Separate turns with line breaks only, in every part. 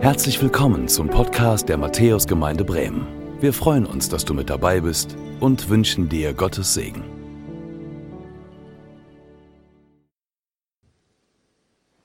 Herzlich willkommen zum Podcast der Matthäusgemeinde Bremen. Wir freuen uns, dass du mit dabei bist und wünschen dir Gottes Segen.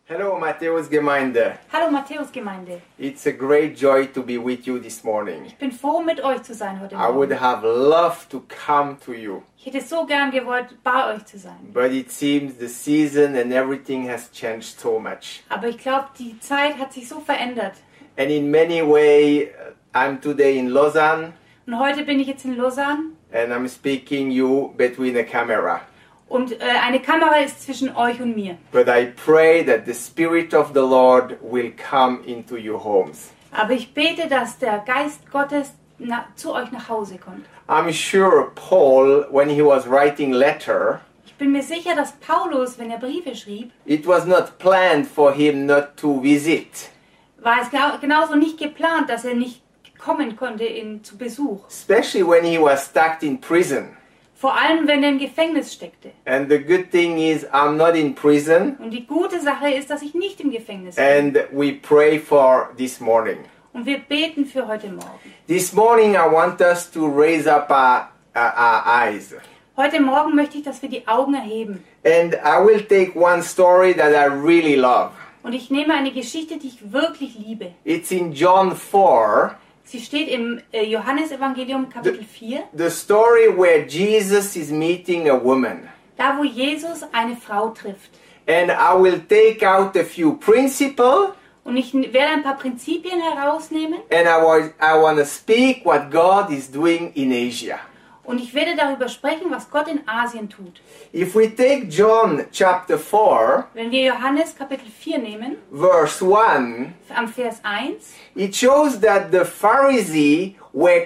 Hello, Matthäus Gemeinde.
Hallo Matthäusgemeinde,
It's a great joy to be with you this morning.
ich bin froh, mit euch zu sein heute
I would
Morgen.
have loved to come to you,
Ich hätte so gern gewollt, bei euch zu sein.
but it seems the season and everything has changed so much.
Aber ich glaube, die Zeit hat sich so verändert.
And in many ways, I'm today in Lausanne
Und heute bin ich jetzt in Lausanne
and I'm speaking you between a camera.
und äh, eine Kamera ist zwischen euch und mir.
But I pray that the Spirit of the Lord will come into your homes.
Aber ich bete, dass der Geist Gottes na zu euch nach Hause kommt.
I'm sure Paul, when he was writing letter,
Ich bin mir sicher, dass Paulus, wenn er Briefe schrieb,
it was not planned for him not to visit.
war es gena- genauso nicht geplant, dass er nicht kommen konnte in, zu Besuch.
especially when he was stuck in prison.
Vor allem, wenn er im Gefängnis steckte.
And the good thing is, I'm not in prison,
Und die gute Sache ist, dass ich nicht im Gefängnis bin.
and we pray for this morning.
Und wir beten für heute Morgen.
This morning, I want us to raise up our, our, our eyes.
Heute Morgen möchte ich, dass wir die Augen erheben.
And I will take one story that I really love.
Und ich nehme eine Geschichte, die ich wirklich liebe.
It's in John 4,
Sie steht im äh, Johannesevangelium Kapitel 4,
the story where Jesus is meeting a woman.
da wo Jesus eine Frau trifft.
And I will take out a few principles,
Und ich n- werde ein paar Prinzipien herausnehmen
and I, wa- I want to speak what God is doing in Asia.
und ich werde darüber sprechen, was Gott in Asien tut.
If we take John chapter 4,
Wenn wir Johannes Kapitel 4 nehmen,
verse 1,
am Vers 1,
it shows that the Pharisees were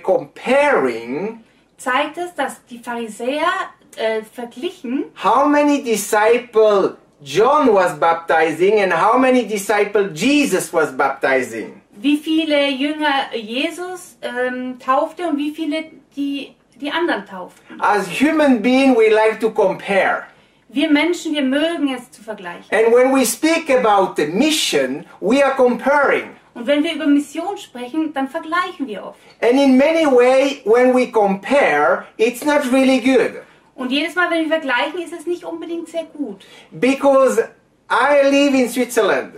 comparing
zeigt es, dass die Pharisäer äh, verglichen,
how many disciples John was baptizing and how many disciples Jesus was baptizing.
wie viele Jünger Jesus ähm, taufte und wie viele die, die anderen tauften.
As human beings, we like to compare.
Wir Menschen, wir mögen es zu vergleichen.
And when we speak about the mission, we are comparing.
Und wenn wir über Mission sprechen, dann vergleichen wir oft.
And in many ways, when we compare, it's not really good.
Und jedes Mal, wenn wir vergleichen, ist es nicht unbedingt sehr gut.
Because I live in Switzerland.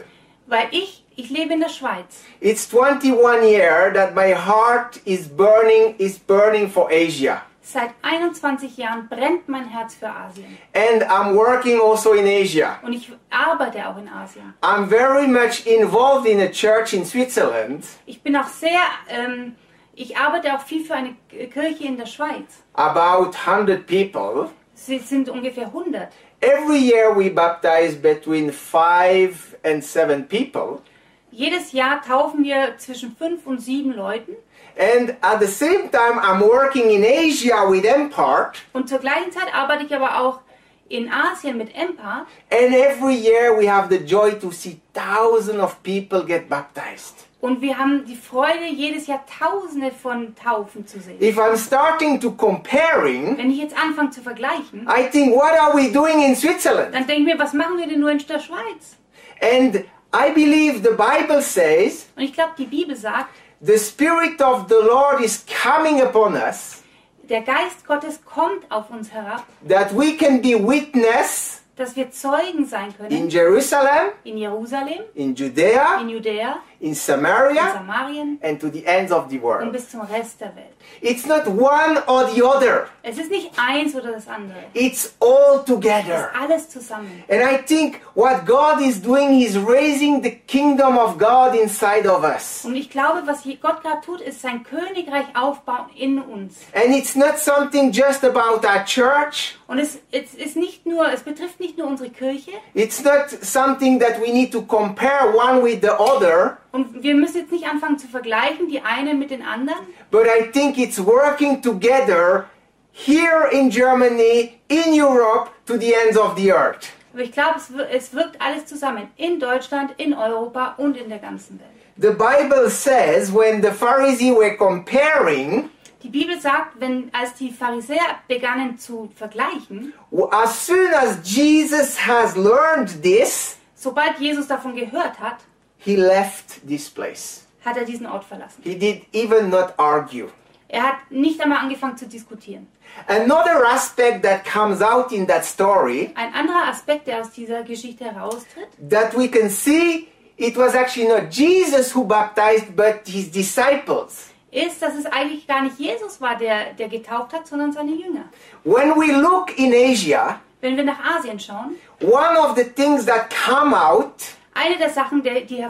Weil ich, ich lebe in der Schweiz.
It's 21 year that my heart is burning is burning for Asia.
Seit 21 Jahren brennt mein Herz für Asien.
And I'm working also in Asia.
Und ich arbeite auch in Asien.
I'm very much involved in a church in Switzerland.
Ich bin auch sehr, ähm, ich arbeite auch viel für eine Kirche in der Schweiz.
About 100 people.
Sie sind ungefähr 100.
Every year we baptize between 5 and 7 people.
Jedes Jahr taufen wir zwischen fünf und sieben Leuten
And at the same time I'm working in Asia with Empart
und zur gleichen Zeit arbeite ich aber auch in Asien mit Empa
and every year we have the joy to see thousands of people get baptized.
und wir haben die Freude, jedes Jahr Tausende von Taufen zu sehen.
If I'm starting to comparing
Wenn ich jetzt anfange zu vergleichen,
I think, what are we doing in Switzerland?
dann denke ich mir, was machen wir denn nur in der Schweiz?
And I believe the Bible says
Und ich glaube, die Bibel sagt,
the Spirit of the Lord is coming upon us
der Geist Gottes kommt auf uns herab,
that we can be witness
dass wir Zeugen sein
in
können
Jerusalem,
in Jerusalem,
in
in
Judea,
Judäa,
in
in
Samaria,
Samarien
and to the ends of the
und
world.
bis zum Rest der Welt.
It's not one or the other,
Es ist nicht eins oder das andere.
it's all
Es
together.
ist alles zusammen.
And I think what God is doing is raising the kingdom of God inside of us.
Und ich glaube, was hier Gott gerade tut, ist sein Königreich aufbauen in uns.
And it's not something just about our church.
Und es, es ist nicht nur, es betrifft nicht nur unsere Kirche.
It's not something that we need to compare one with the other,
Und wir müssen jetzt nicht anfangen zu vergleichen, die einen mit den anderen.
but I think it's working together here in Germany, in Europe, to the ends of the earth.
Aber ich glaube, es, wir- es wirkt alles zusammen. In Deutschland, in Europa und in der ganzen Welt.
The Bible says when the Pharisees were comparing,
Die Bibel sagt, wenn, als die Pharisäer begannen zu vergleichen,
as soon as Jesus has learned this,
sobald Jesus davon gehört hat,
he left this place.
hat er diesen Ort verlassen.
He did even not argue.
Er hat nicht einmal angefangen zu diskutieren.
Another aspect that comes out in that story
Ein anderer Aspekt, der aus dieser Geschichte heraustritt,
that we can see it was actually not Jesus who baptized, but his disciples.
ist, dass es eigentlich gar nicht Jesus war, der, der getauft hat, sondern seine Jünger.
When we look in Asia,
Wenn wir nach Asien schauen,
one of the things that come out
eine der Sachen, der, die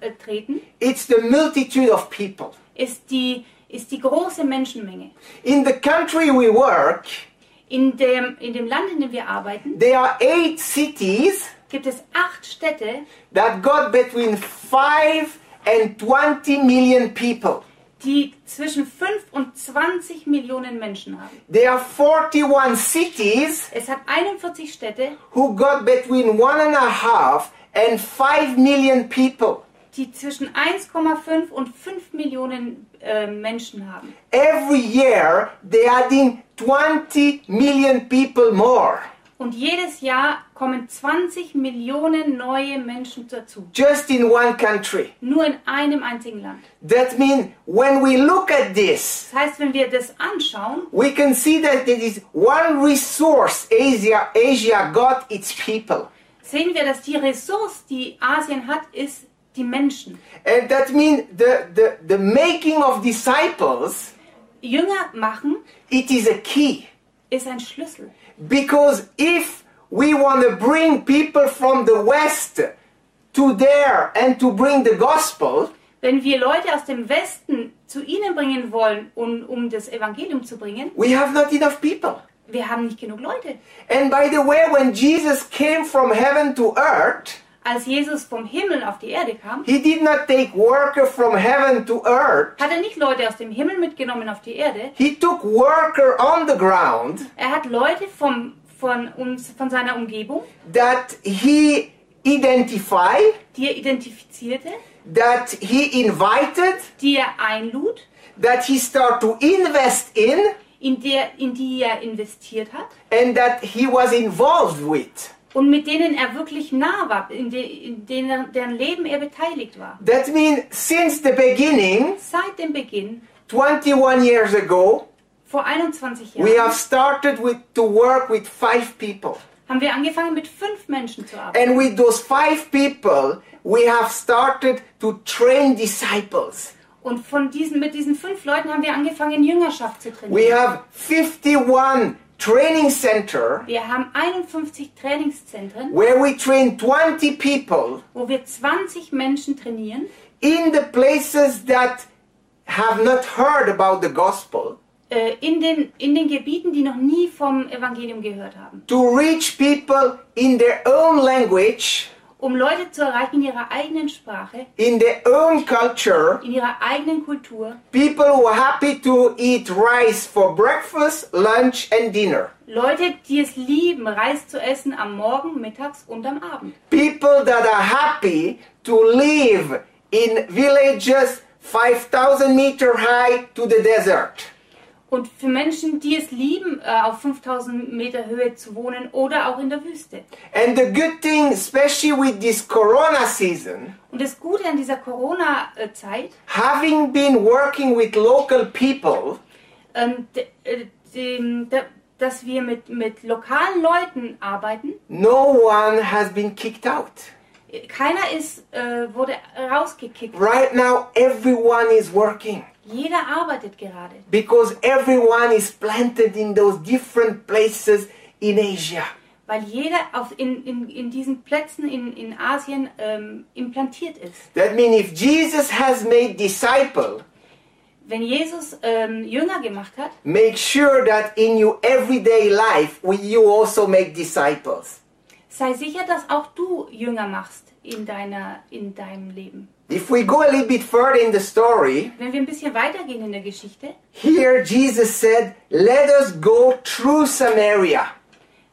hervortreten,
it's the multitude of people.
ist die, ist die große Menschenmenge.
In the country we work,
In dem, in dem Land, in dem wir arbeiten,
there are eight cities
gibt es acht Städte,
that got between 5 and 20 million people.
die zwischen 5 und 20 Millionen Menschen haben.
There are 41 cities
Es hat 41 Städte,
who got between 1.5 and 5 million people.
die zwischen 1,5 und 5 Millionen äh, Menschen haben.
Every year, they're adding 20 million people more
Und jedes Jahr kommen 20 Millionen neue Menschen dazu.
just in one country.
Nur in einem einzigen Land.
That means when we look at this,
Das heißt, wenn wir das anschauen,
we can see that it is one resource Asia, Asia got its people.
sehen wir, dass die Ressource, die Asien hat, ist die Menschen.
And that means the, the, the making of disciples,
Jünger machen
it is a key.
ist ein Schlüssel.
Because if we want to bring people from the West to there and to bring the gospel,
Wenn wir Leute aus dem Westen zu ihnen bringen wollen, um, um das Evangelium zu bringen,
we have not enough people.
wir haben nicht genug Leute.
And by the way, when Jesus came from heaven to earth,
Als Jesus vom Himmel auf die Erde kam,
he did not take worker from heaven to earth.
hat er nicht Leute aus dem Himmel mitgenommen auf die Erde.
He took worker on the ground
Er hat Leute vom, von, uns, von seiner Umgebung,
that he identify,
die er identifizierte,
that he invited,
die er einlud,
that he start to invest in,
in, der, in die er investiert hat
and that he was involved with.
und mit denen er wirklich nah war, in, de, in denen, deren Leben er beteiligt war.
That means since the beginning,
Seit dem Beginn,
21 years ago,
vor 21
we
Jahren,
have started with, to work with five people.
haben wir angefangen mit fünf Menschen zu arbeiten.
And with those five people, we have started to train disciples.
Und von diesen, mit diesen fünf Leuten haben wir angefangen, Jüngerschaft zu trainieren.
We have 51 training center
Wir haben 51 Trainingszentren,
where we train 20 people
wo wir 20 Menschen trainieren,
in the places that have not heard about the gospel
äh, in den, in den Gebieten, die noch nie vom Evangelium gehört haben,
to reach people in their own language,
um Leute zu erreichen in ihrer eigenen Sprache,
in their own culture,
in ihrer eigenen Kultur,
People who are happy to eat rice for breakfast, lunch, and dinner.
Leute, die es lieben, Reis zu essen am Morgen, mittags und am Abend.
People that are happy to live in villages 5,000 meter high to the desert.
Und für Menschen, die es lieben, äh, auf 5000 Meter Höhe zu wohnen oder auch in der Wüste.
And the good thing, especially with this corona season,
Und das Gute an dieser Corona-Zeit,
having been working with local people,
ähm, d- äh, dem- da- dass wir mit, mit lokalen Leuten arbeiten.
no one has been kicked out.
Keiner ist, äh, wurde rausgekickt.
Right now, everyone is working
Jeder arbeitet gerade,
because everyone is planted in those different places in Asia.
weil jeder auf, in, in, in diesen Plätzen in, in Asien ähm, implantiert ist.
That means if Jesus has made disciple,
Wenn Jesus ähm, Jünger gemacht hat,
make sure that in your everyday life we, you also make disciples.
sei sicher, dass auch du Jünger machst in, deiner, in deinem Leben.
If we go a little bit further in the story,
Wenn wir ein bisschen weitergehen in der Geschichte,
here Jesus said, "Let us go through Samaria."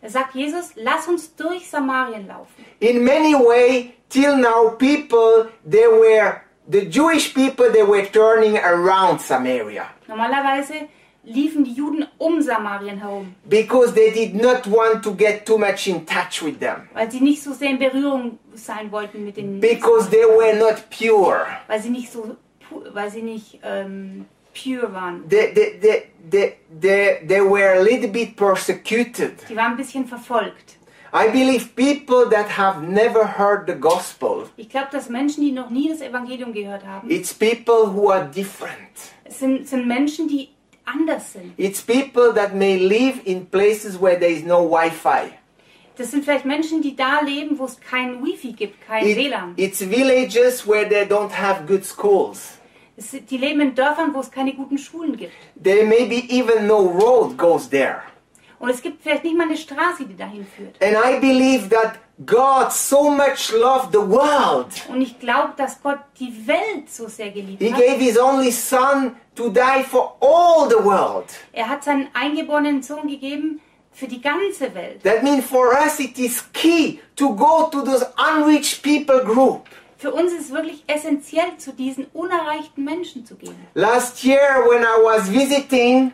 da sagt Jesus, lass uns durch Samarien laufen.
In many way, till now people they were the Jewish people they were turning around Samaria.
Normalerweise liefen die Juden um Samarien herum,
because they did not want to get too much in touch with them,
weil sie nicht so sehr in Berührung sein wollten mit den
because they were not pure.
weil sie nicht so pu- weil sie nicht ähm, pure waren.
They, they, they, they, they, they were a little bit persecuted.
Die waren ein bisschen verfolgt.
I believe people that have never heard the gospel,
Ich glaube, dass Menschen, die noch nie das Evangelium gehört haben,
it's people who are different.
es sind, sind Menschen, die anders sind.
It's people that may live in places where there is no Wi Fi.
Das sind vielleicht Menschen, die da leben, wo es kein Wifi gibt, kein WLAN.
it's villages where they don't have good schools.
Es, sind- die leben in Dörfern, wo es keine guten Schulen gibt.
There may be even no road goes there.
Und es gibt vielleicht nicht mal eine Straße, die dahin führt.
And I believe that God so much loved the world,
Und ich glaube, dass Gott die Welt so sehr geliebt
He
hat.
gave His only Son to die for all the world.
Er hat seinen eingeborenen Sohn gegeben für die ganze Welt.
That means for us it is key to go to those unreached people group.
Für uns ist es wirklich essentiell, zu diesen unerreichten Menschen zu gehen.
Last year when I was visiting,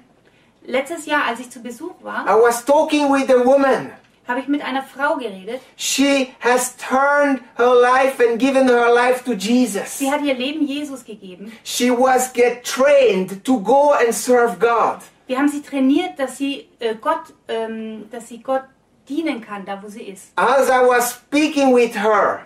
Letztes Jahr, als ich zu Besuch war,
I was talking with a woman.
habe ich mit einer Frau geredet.
She has turned her life and given her life to Jesus.
Sie hat ihr Leben Jesus gegeben.
She was get trained to go and serve God.
Wir haben sie trainiert, dass sie äh, Gott, ähm, dass sie Gott dienen kann, da wo sie ist.
As I was speaking with her,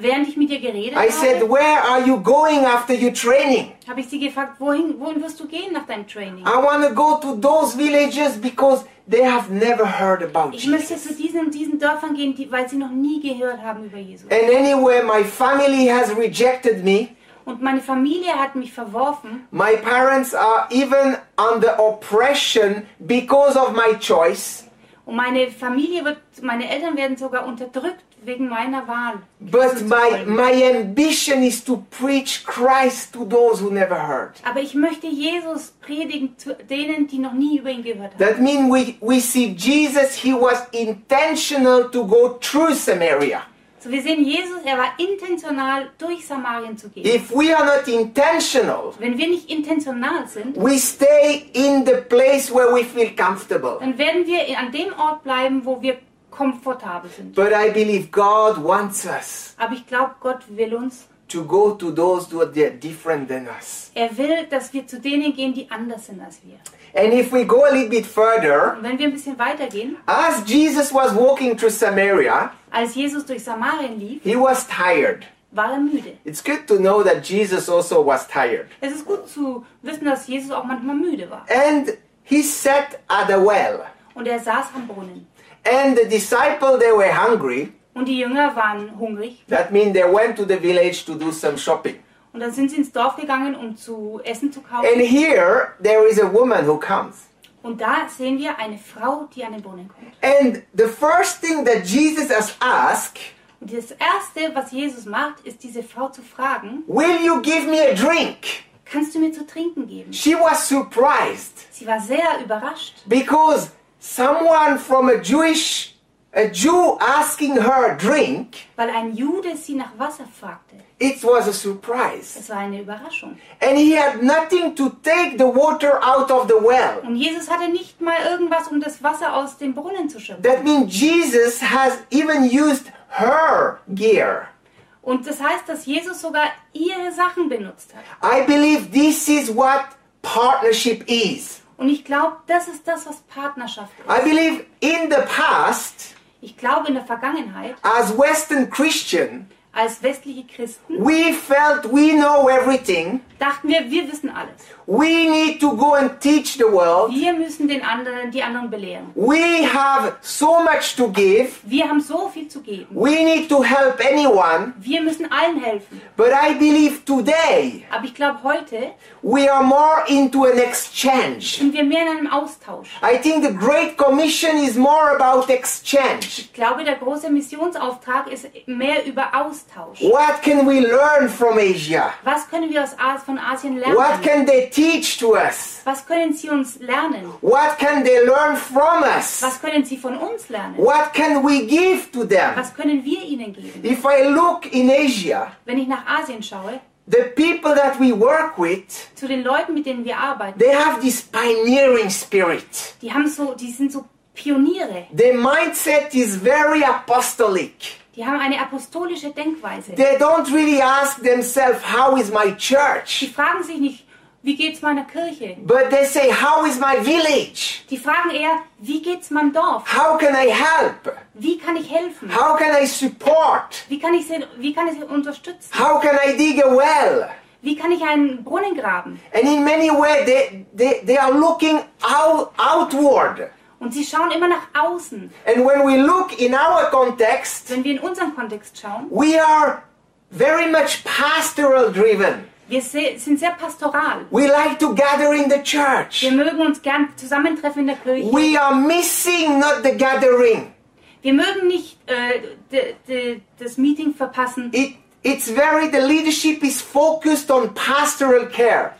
Während ich mit ihr geredet
I said,
habe,
Where are you going after your training?
habe ich sie gefragt, wohin, wohin wirst du gehen nach deinem Training?
I want to go to those villages because they have never heard about
Ich möchte
Jesus.
zu diesen und diesen Dörfern gehen, die, weil sie noch nie gehört haben über Jesus.
And anyway, my family has rejected me.
Und meine Familie hat mich verworfen.
My parents are even under oppression because of my choice.
Und meine Familie wird, meine Eltern werden sogar unterdrückt wegen meiner Wahl.
But my, my ambition is to preach Christ to those who never heard.
Aber ich möchte Jesus predigen zu denen, die noch nie über ihn gehört haben.
That means we, we see Jesus, he was intentional to go through Samaria.
So wir sehen Jesus, er war intentional durch Samarien zu gehen.
If we are not intentional,
Wenn wir nicht intentional sind,
we stay in the place where we feel comfortable.
dann werden wir an dem Ort bleiben, wo wir komfortabel sind.
But I believe God wants us
Aber ich glaube, Gott will uns.
to go to those who are they're different than us.
Er will, dass wir zu denen gehen, die anders sind als wir.
And if we go a little bit further,
Und wenn wir ein bisschen weitergehen,
as Jesus was walking through Samaria,
als Jesus durch Samarien lief,
he was tired.
war er müde.
It's good to know that Jesus also was tired.
Es ist gut zu wissen, dass Jesus auch manchmal müde war.
And he sat at a well.
Und er saß am Brunnen.
And the disciples, they were hungry.
Und die Jünger waren hungrig.
That means they went to the village to do some shopping.
Und dann sind sie ins Dorf gegangen, um zu essen zu
And
kaufen.
here, there is a woman who comes.
Und da sehen wir eine Frau, die an den Brunnen kommt.
And the first thing that Jesus has asked,
Und das Erste, was Jesus macht, ist, diese Frau zu fragen,
Will you give me a drink?
kannst du mir zu trinken geben?
She was surprised
Sie war sehr überrascht,
because someone from a Jewish, a Jew asking her a drink,
weil ein Jude sie nach Wasser fragte.
it was a surprise.
Es war eine Überraschung.
And he had nothing to take the water out of the well.
Und Jesus hatte nicht mal irgendwas, um das Wasser aus dem Brunnen zu schöpfen.
That means Jesus has even used her gear.
Und das heißt, dass Jesus sogar ihre Sachen benutzt hat.
I believe this is what partnership is.
Und ich glaube, das ist das, was Partnerschaft ist.
I believe in the past,
Ich glaube, in der Vergangenheit,
as Western Christian,
als westliche Christen,
we felt we know everything.
dachten wir, wir wissen alles.
We need to go and teach the world.
Wir müssen den anderen, die anderen belehren.
We have so much to give.
Wir haben so viel zu geben.
We need to help anyone.
Wir müssen allen helfen.
But I believe today
Aber ich glaube, heute
we are more into an exchange.
sind wir mehr in einem Austausch.
I think the Great Commission is more about exchange.
Ich glaube, der große Missionsauftrag ist mehr über Austausch.
What can we learn from Asia?
Was können wir aus As von Asien
What
lernen?
can they teach to us?
Was können sie uns lernen?
What can they learn from us?
Was können sie von uns lernen?
What can we give to them?
Was können wir ihnen geben?
If I look in Asia,
Wenn ich nach Asien schaue,
the people that we work with,
zu den Leuten, mit denen wir arbeiten.
they have this pioneering spirit.
Die haben so, die sind so Pioniere.
Their mindset is very apostolic.
Die haben eine apostolische Denkweise.
They don't really ask themselves, how is my
Die
church?
fragen sich nicht, wie geht's meiner Kirche?
But they say, how is my village?
Die fragen eher, wie geht's meinem Dorf?
How can I help?
Wie kann ich helfen?
How can I support?
Wie kann ich sie, wie kann ich sie unterstützen?
How can I dig a well?
Wie kann ich einen Brunnen graben?
And in many ways, they, they, they are looking out, outward.
Und sie schauen immer nach außen.
And when we look in our context,
Wenn wir in unseren Kontext schauen,
we are very much pastoral driven.
wir se- sind sehr pastoral.
We like to gather in the church.
Wir mögen uns gern zusammentreffen in der Kirche.
We are missing not the gathering.
Wir mögen nicht äh, de, de, das Meeting verpassen.
It, it's very, the leadership is focused on pastoral care.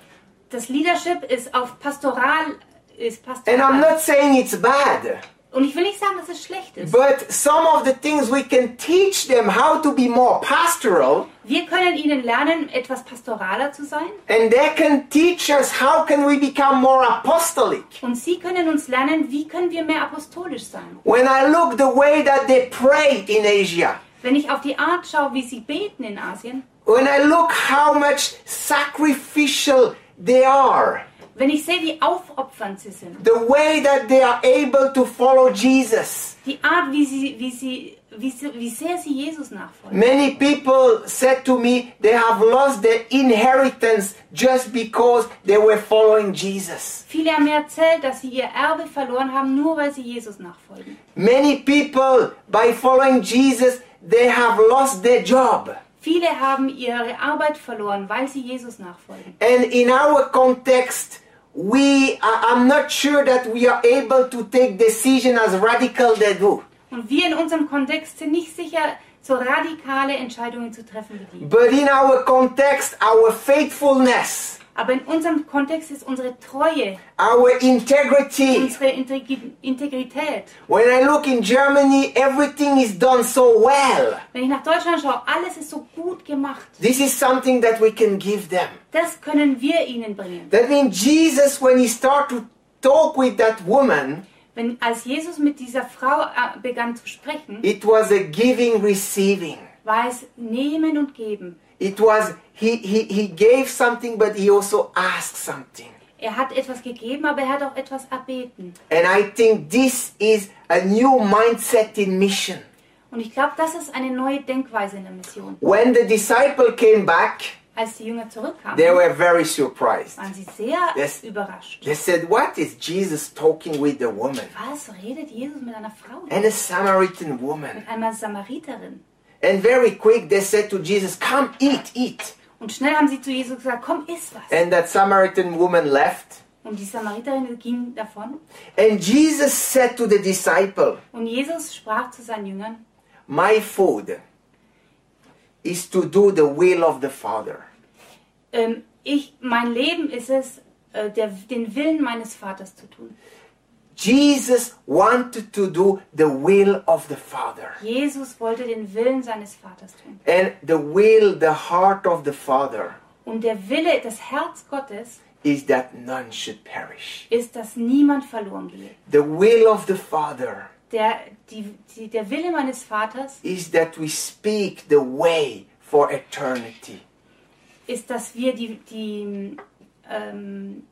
Das Leadership ist auf pastoral ist
And I'm
pastoral.
not saying it's bad,
Und ich will nicht sagen, dass es schlecht ist.
but some of the things we can teach them how to be more pastoral,
Wir können ihnen lernen, etwas pastoraler zu sein.
and they can teach us how can we become more apostolic.
Und sie können uns lernen, wie können wir mehr apostolisch sein.
When I look the way that they prayed in Asia,
Wenn ich auf die Art schaue, wie sie beten in Asien,
when I look how much sacrificial they are,
wenn ich sehe, wie aufopfernd sie sind,
the way that they are able to follow Jesus.
die Art, wie sie, wie sie, wie, sie, wie sehr sie Jesus nachfolgen.
Many people said to me they have lost their inheritance just because they were following Jesus.
Viele haben mir erzählt, dass sie ihr Erbe verloren haben, nur weil sie Jesus nachfolgen.
Many people, by following Jesus, they have lost their job.
Viele haben ihre Arbeit verloren, weil sie Jesus nachfolgen.
And in our context, we I- I'm not sure that we are able to take decision as radical they do.
Und wir in unserem Kontext sind nicht sicher, so radikale Entscheidungen zu treffen wie die.
But in our context, our faithfulness,
Aber in unserem Kontext ist unsere Treue,
our integrity.
unsere Integri- Integrität.
When I look in Germany, everything is done so well.
Wenn ich nach Deutschland schaue, alles ist so gut gemacht.
This is something that we can give them.
Das können wir ihnen bringen.
That means Jesus, when he started to talk with that woman,
Wenn als Jesus mit dieser Frau äh, begann zu sprechen,
it was a giving, receiving.
war es nehmen und geben.
It was he, he, he gave something, but he also asked something.
Er hat etwas gegeben, aber er hat auch etwas erbeten.
And I think this is a new mindset in mission.
Und ich glaube, das ist eine neue Denkweise in der Mission.
When the disciple came back,
Als die Jünger zurückkamen,
they were very surprised.
waren sie sehr
Yes.
überrascht.
They said, What is Jesus talking with the woman?
Was redet Jesus mit einer Frau?
And a Samaritan woman.
Mit einer Samariterin.
And very quick they said to Jesus, Come, eat, eat.
Und schnell haben sie zu Jesus gesagt, komm, iss was.
And that Samaritan woman left.
Und die Samariterin ging davon.
And Jesus said to the disciple,
Und Jesus sprach zu seinen Jüngern,
My food is to do the will of the Father.
ähm, ich, mein Leben ist es, äh, der, den Willen meines Vaters zu tun.
Jesus wanted to do the will of the Father.
Jesus wollte den Willen seines Vaters tun.
And the will, the heart of the Father,
Und der Wille, das Herz Gottes,
is that none should perish.
ist, dass niemand verloren geht.
The will of the Father
Der, die, die, der Wille meines Vaters
is that we speak the way for eternity.
ist, dass wir die, die, ähm,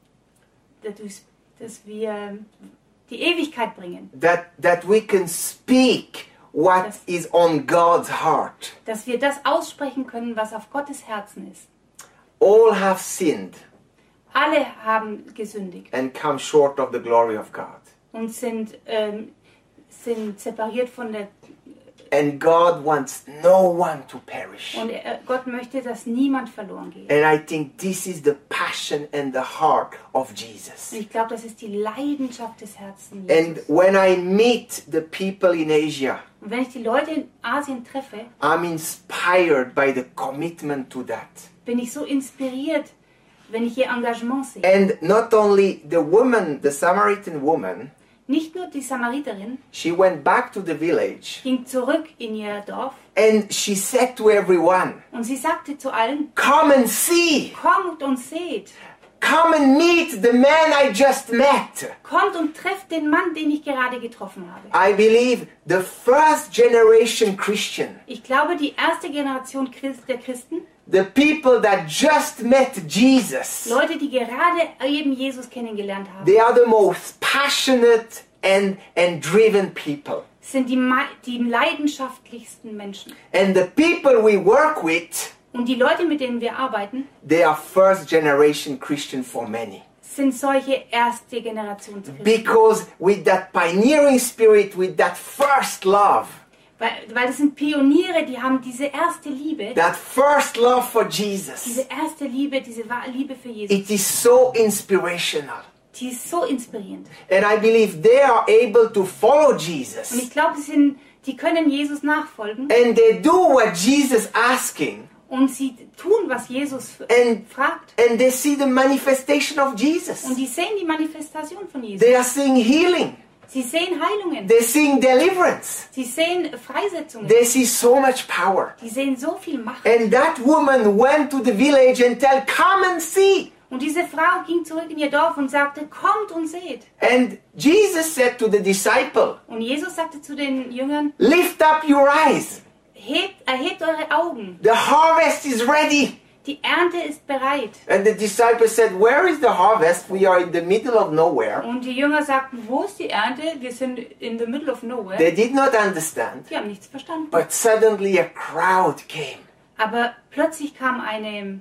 dass, dass wir die Ewigkeit bringen,
That, that we can speak what
Yes.
is on God's heart.
dass wir das aussprechen können, was auf Gottes Herzen ist.
All have sinned
Alle haben gesündigt
and come short of the glory of God.
und sind, ähm, sind separiert von der
And God wants no one to perish.
und er, Gott möchte, dass niemand verloren geht.
And I think this is the passion and the heart of Jesus.
Und ich glaube, das ist die Leidenschaft des Herzens.
And
Jesus.
when I meet the people in Asia,
Und wenn ich die Leute in Asien treffe,
I'm inspired by the commitment to that.
bin ich so inspiriert, wenn ich ihr Engagement sehe.
And not only the woman, the Samaritan woman,
Nicht nur die Samariterin
She went back to the village
ging zurück in ihr Dorf
and she said to everyone,
und sie sagte zu allen,
Come and see!
kommt und seht,
Come and meet the man I just met!
kommt und trefft den Mann, den ich gerade getroffen habe.
I believe the first generation Christian,
Ich glaube, die erste Generation Christ der Christen,
the people that just met Jesus,
Leute, die gerade eben Jesus kennengelernt haben,
they are the most passionate and, and driven people.
sind die, mei- die leidenschaftlichsten Menschen.
And the people we work with,
Und die Leute, mit denen wir arbeiten,
they are first generation Christian for many.
sind solche erste Generation Christen.
Because with that pioneering spirit, with that first love,
Weil, weil das sind Pioniere, die haben diese erste Liebe,
that first love for Jesus,
diese erste Liebe, diese wahre Liebe für Jesus,
it is so inspirational.
die ist so inspirierend.
And I believe they are able to follow
Und ich
Jesus.
glaube, sie sind, die können Jesus nachfolgen
And they do what Jesus asking.
und sie tun, was Jesus f-
And,
fragt.
and they see the manifestation of
Und
Jesus.
die sehen die Manifestation von Jesus.
They are seeing healing.
Sie sehen Heilungen.
They're seeing deliverance.
Sie sehen Freisetzungen.
They see so much power.
Die sehen so viel Macht.
And that woman went to the village and tell, come and see.
Und diese Frau ging zurück in ihr Dorf und sagte, kommt und seht.
And Jesus said to the disciple,
Und Jesus sagte zu den Jüngern,
lift up your eyes.
hebt, erhebt eure Augen.
The harvest is ready.
Die Ernte ist bereit.
And the disciple said, where is the harvest? We are in the middle of nowhere.
Und die Jünger sagten, wo ist die Ernte? Wir sind in the middle of nowhere.
They did not understand.
Die haben nichts verstanden.
But suddenly a crowd came.
Aber plötzlich kam eine,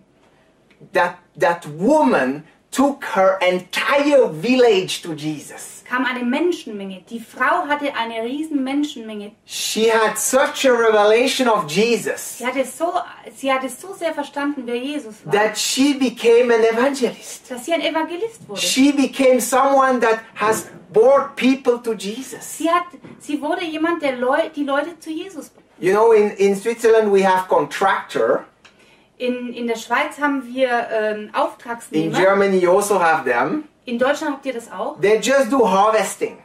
That, that woman took her entire village to Jesus.
kam eine Menschenmenge. Die Frau hatte eine riesen Menschenmenge.
She had such a revelation of Jesus
Sie hatte so, sie hatte so sehr verstanden, wer Jesus war,
that she became an evangelist.
dass sie ein Evangelist wurde.
She became someone that has brought people to Jesus.
Sie, hat, sie wurde jemand, der Leu die Leute zu Jesus bringt.
You know, in, in Switzerland we have contractor.
In, in der Schweiz haben wir ähm,
In
Auftragsnehmer.
Germany you also have them.
In Deutschland habt ihr das auch.
They just do harvesting.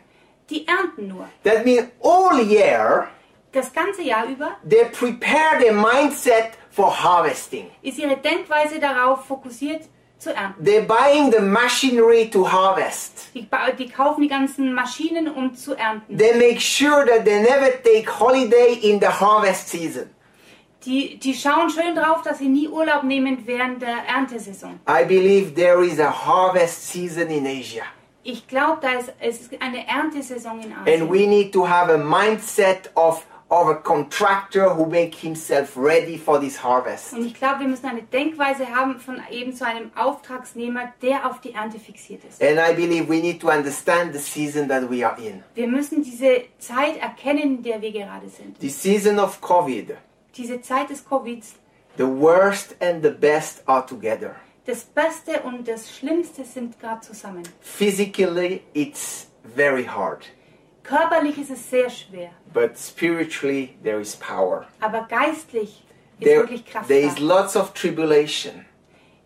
Die ernten nur.
That means all year
Das ganze Jahr über
they prepare their mindset for harvesting.
ist ihre Denkweise darauf fokussiert, zu ernten.
They're buying the machinery to harvest.
Die, ba- die kaufen die ganzen Maschinen, um zu ernten.
They make sure that they never take holiday in the harvest season.
Die, die schauen schön drauf, dass sie nie Urlaub nehmen während der Erntesaison.
I believe there is a harvest season in Asia.
Ich glaube, da ist, es ist eine Erntesaison in Asien.
And we need to have a mindset of, of a contractor who make himself ready for this harvest.
Und ich glaube, wir müssen eine Denkweise haben von eben zu einem Auftragsnehmer, der auf die Ernte fixiert ist.
And I believe we need to understand the season that we are in.
Wir müssen diese Zeit erkennen, in der wir gerade sind.
The season of COVID,
Diese Zeit des Covids,
the worst and the best are together.
das Beste und das Schlimmste sind gerade zusammen.
Physically, it's very hard,
Körperlich ist es sehr schwer,
but spiritually, there is power.
aber geistlich ist
There,
wirklich Kraft
there is
da.
lots of tribulation,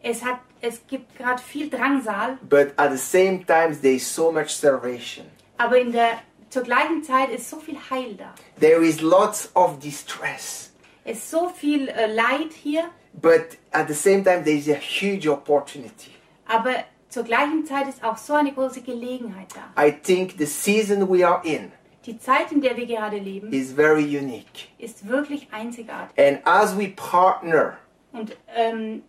Es, hat, es gibt gerade viel Drangsal,
but at the same time, there is so much salvation.
aber in der, zur gleichen Zeit ist so viel Heil da.
There is lots of distress.
Es ist so viel äh, Leid hier,
But at the same time, there is a huge opportunity.
aber zur gleichen Zeit ist auch so eine große Gelegenheit da.
I think the season we are in
Die Zeit, in der wir gerade leben,
is very unique.
ist wirklich einzigartig.
And as we partner
Und ähm,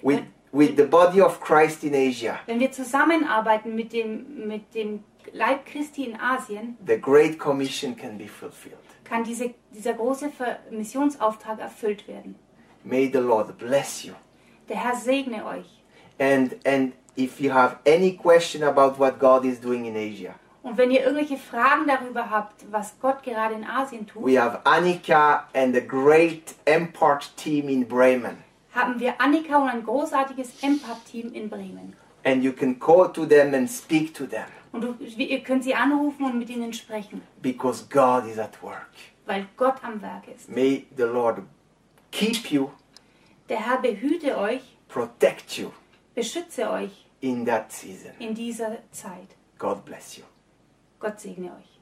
with, with the body of Christ in Asia,
wenn wir zusammenarbeiten mit dem, mit dem Leib Christi in Asien,
the Great Commission can be fulfilled.
kann diese, dieser große Ver Missionsauftrag erfüllt werden.
May the Lord bless you.
Der Herr segne euch.
And, and if you have any question about what God is doing in Asia,
Und wenn ihr irgendwelche Fragen darüber habt, was Gott gerade in Asien
we
tut,
have Annika and the great Empart team in Bremen.
haben wir Annika und ein großartiges Empath-Team in Bremen.
And you can call to them and speak to them
Und du, ihr könnt sie anrufen und mit ihnen sprechen,
because God is at work.
weil Gott am Werk ist.
May the Lord keep you,
Der Herr behüte euch,
protect you
beschütze euch
in that season.
in dieser Zeit.
God bless you.
Gott segne euch.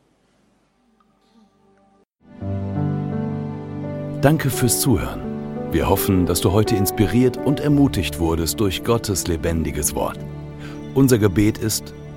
Danke fürs Zuhören. Wir hoffen, dass du heute inspiriert und ermutigt wurdest durch Gottes lebendiges Wort. Unser Gebet ist,